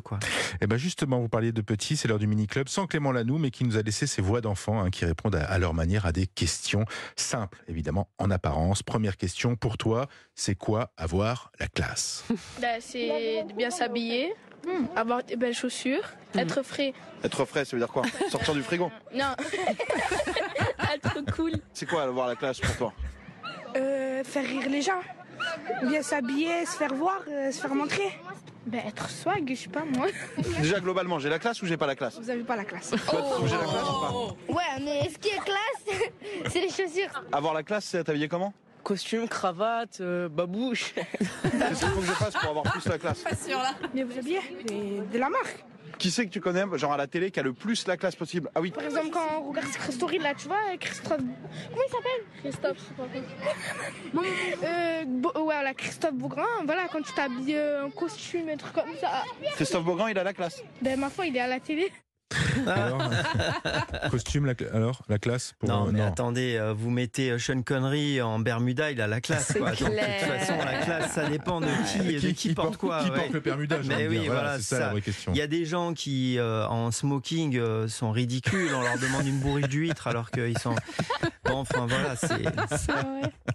quoi. Et ben justement, vous parliez de petits, c'est l'heure du mini-club sans Clément Lanoux, mais qui nous a laissé ses voix d'enfants hein, qui répondent à, à leur manière à des questions simples, évidemment, en apparence. Première question, pour toi, c'est quoi avoir la classe Bah, c'est de bien s'habiller, Hmm. avoir des belles chaussures, être frais. Être frais, ça veut dire quoi Sortir du frigo. Non. être cool. C'est quoi avoir la classe pour toi Euh, faire rire les gens, bien s'habiller, se faire voir, euh, se faire montrer. Bah, être swag, je sais pas moi. Déjà globalement, j'ai la classe ou j'ai pas la classe Vous avez pas la classe. Toi, tu trouves que j'ai la classe ou Ouais, mais ce qui est classe, c'est les chaussures. pas Avoir la classe, c'est t'habiller comment Costume, cravate, euh, babouche. Qu'est-ce qu'il faut que je fasse pour avoir plus la classe Mais vous habillez mais de la marque. Qui c'est que tu connais, genre à la télé, qui a le plus la classe possible Ah oui, Par exemple, quand on regarde Secret Story, là, tu vois, Christophe. Comment il s'appelle Christophe, je sais pas. euh, Bo- ouais, voilà, Christophe Bougrain, voilà, quand tu t'habilles euh, en costume, un truc comme ça. Ah. Christophe Beaugrand, il a la classe. Ben, ma foi, il est à la télé. alors, euh, Costume, la cla- alors la classe pour Non, euh, mais attendez, euh, vous mettez Sean Connery en Bermuda, il a la classe. C'est quoi. Donc, de toute clair. façon, la classe, ça dépend de qui, de qui porte quoi. Euh, Qui ouais. porte le permuda j'ai Mais envie de oui, dire. voilà, c'est ça la ça. vraie question. Il y a des gens qui, euh, en smoking, euh, sont ridicules. On leur demande une bourriche d'huîtres alors qu'ils sont. Bon, enfin voilà, c'est.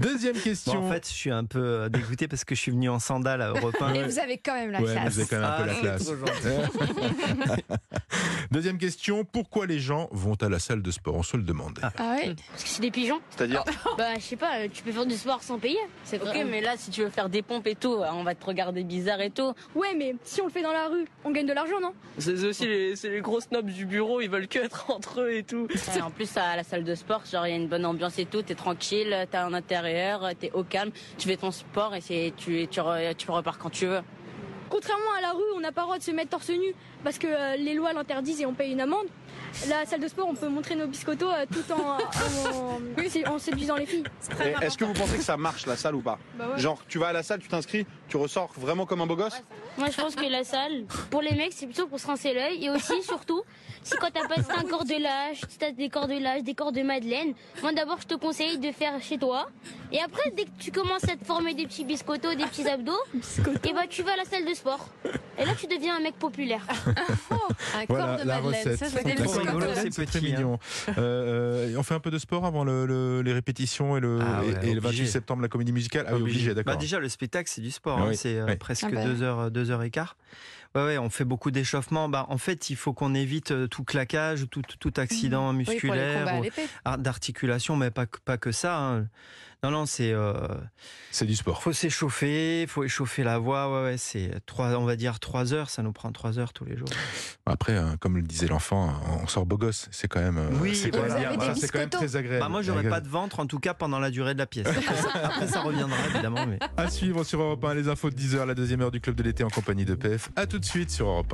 Deuxième Bon, question. en fait, je suis un peu euh, dégoûté parce que je suis venu en sandales à Europe 1. Et vous avez quand même la Ouais, mais classe. vous avez quand même un peu Ah, la classe. Deuxième question, pourquoi les gens vont à la salle de sport On se le demande. Ah ouais Parce que c'est des pigeons. C'est-à-dire, Bah, je sais pas, tu peux faire du sport sans payer. C'est Ok, mais là, si tu veux faire des pompes et tout, euh, on va te regarder bizarre et tout. Ouais, mais si on le fait dans la rue, on gagne de l'argent, non C'est aussi les, c'est les gros snobs du bureau, ils veulent que être entre eux et tout. Et en plus, à la salle de sport, genre, il y a une bonne ambiance et tout, t'es tranquille, t'as un intérieur, t'es au calme, tu fais ton sport et c'est, tu, tu, re- tu repars quand tu veux. Contrairement à la rue, on n'a pas le droit de se mettre torse nu parce que euh, les lois l'interdisent et on paye une amende. La salle de sport, on peut montrer nos biscottos euh, tout en, en- en- en séduisant les filles. et est-ce que vous pensez que ça marche la salle ou pas Genre, tu vas à la salle, tu t'inscris, tu ressors vraiment comme un beau gosse Moi, je pense que la salle, pour les mecs, c'est plutôt pour se rincer l'œil. Et aussi, surtout, si quand t'as pas un cordelage, si t'as des cordelages, des corps de madeleine, moi d'abord, je te conseille de faire chez toi. Et après, dès que tu commences à te former des petits biscottos, des petits abdos, et bah, tu vas à la salle de sport. Et là, tu deviens un mec populaire. Un Voilà corps de la Madeleine. recette. Ça, c'était le D'accord. Ils sont D'accord. rigolos, biscotto. c'est C'est très petit, hein. mignon. Euh, euh, on fait un peu de sport avant le- le- les répétitions et le, Ah ouais, et- et le 28 obligé. septembre la comédie musicale. Ah oui, obligé, d'accord. Bah, déjà, le spectacle, c'est du sport. Ah hein, oui, C'est euh, oui. presque Ah bah. deux, heures, deux heures et quart. Ouais, ouais, on fait beaucoup d'échauffement. Bah, en fait, il faut qu'on évite euh, tout claquage, tout, tout, tout accident Oui, pour les musculaire, combats à ou l'épée. ar- d'articulation, mais pas, que- pas que ça. hein. Non, non, c'est. euh, c'est du sport. faut s'échauffer, faut échauffer la voix. Ouais, ouais, c'est trois, on va dire trois heures. Ça nous prend trois heures tous les jours. Après, hein, comme le disait l'enfant, hein, on sort beau gosse. C'est quand même, euh, Oui, c'est et quand, vous même avez bien. des Voilà, c'est quand même biscottos. très agréable. Bah, moi, j'aurais pas de ventre, en tout cas, pendant la durée de la pièce. Après, ça- après, ça reviendra évidemment, mais. À suivre sur Europe 1, les infos de 10h, la deuxième heure du club de l'été en compagnie de PF. À tout de suite sur Europe 1.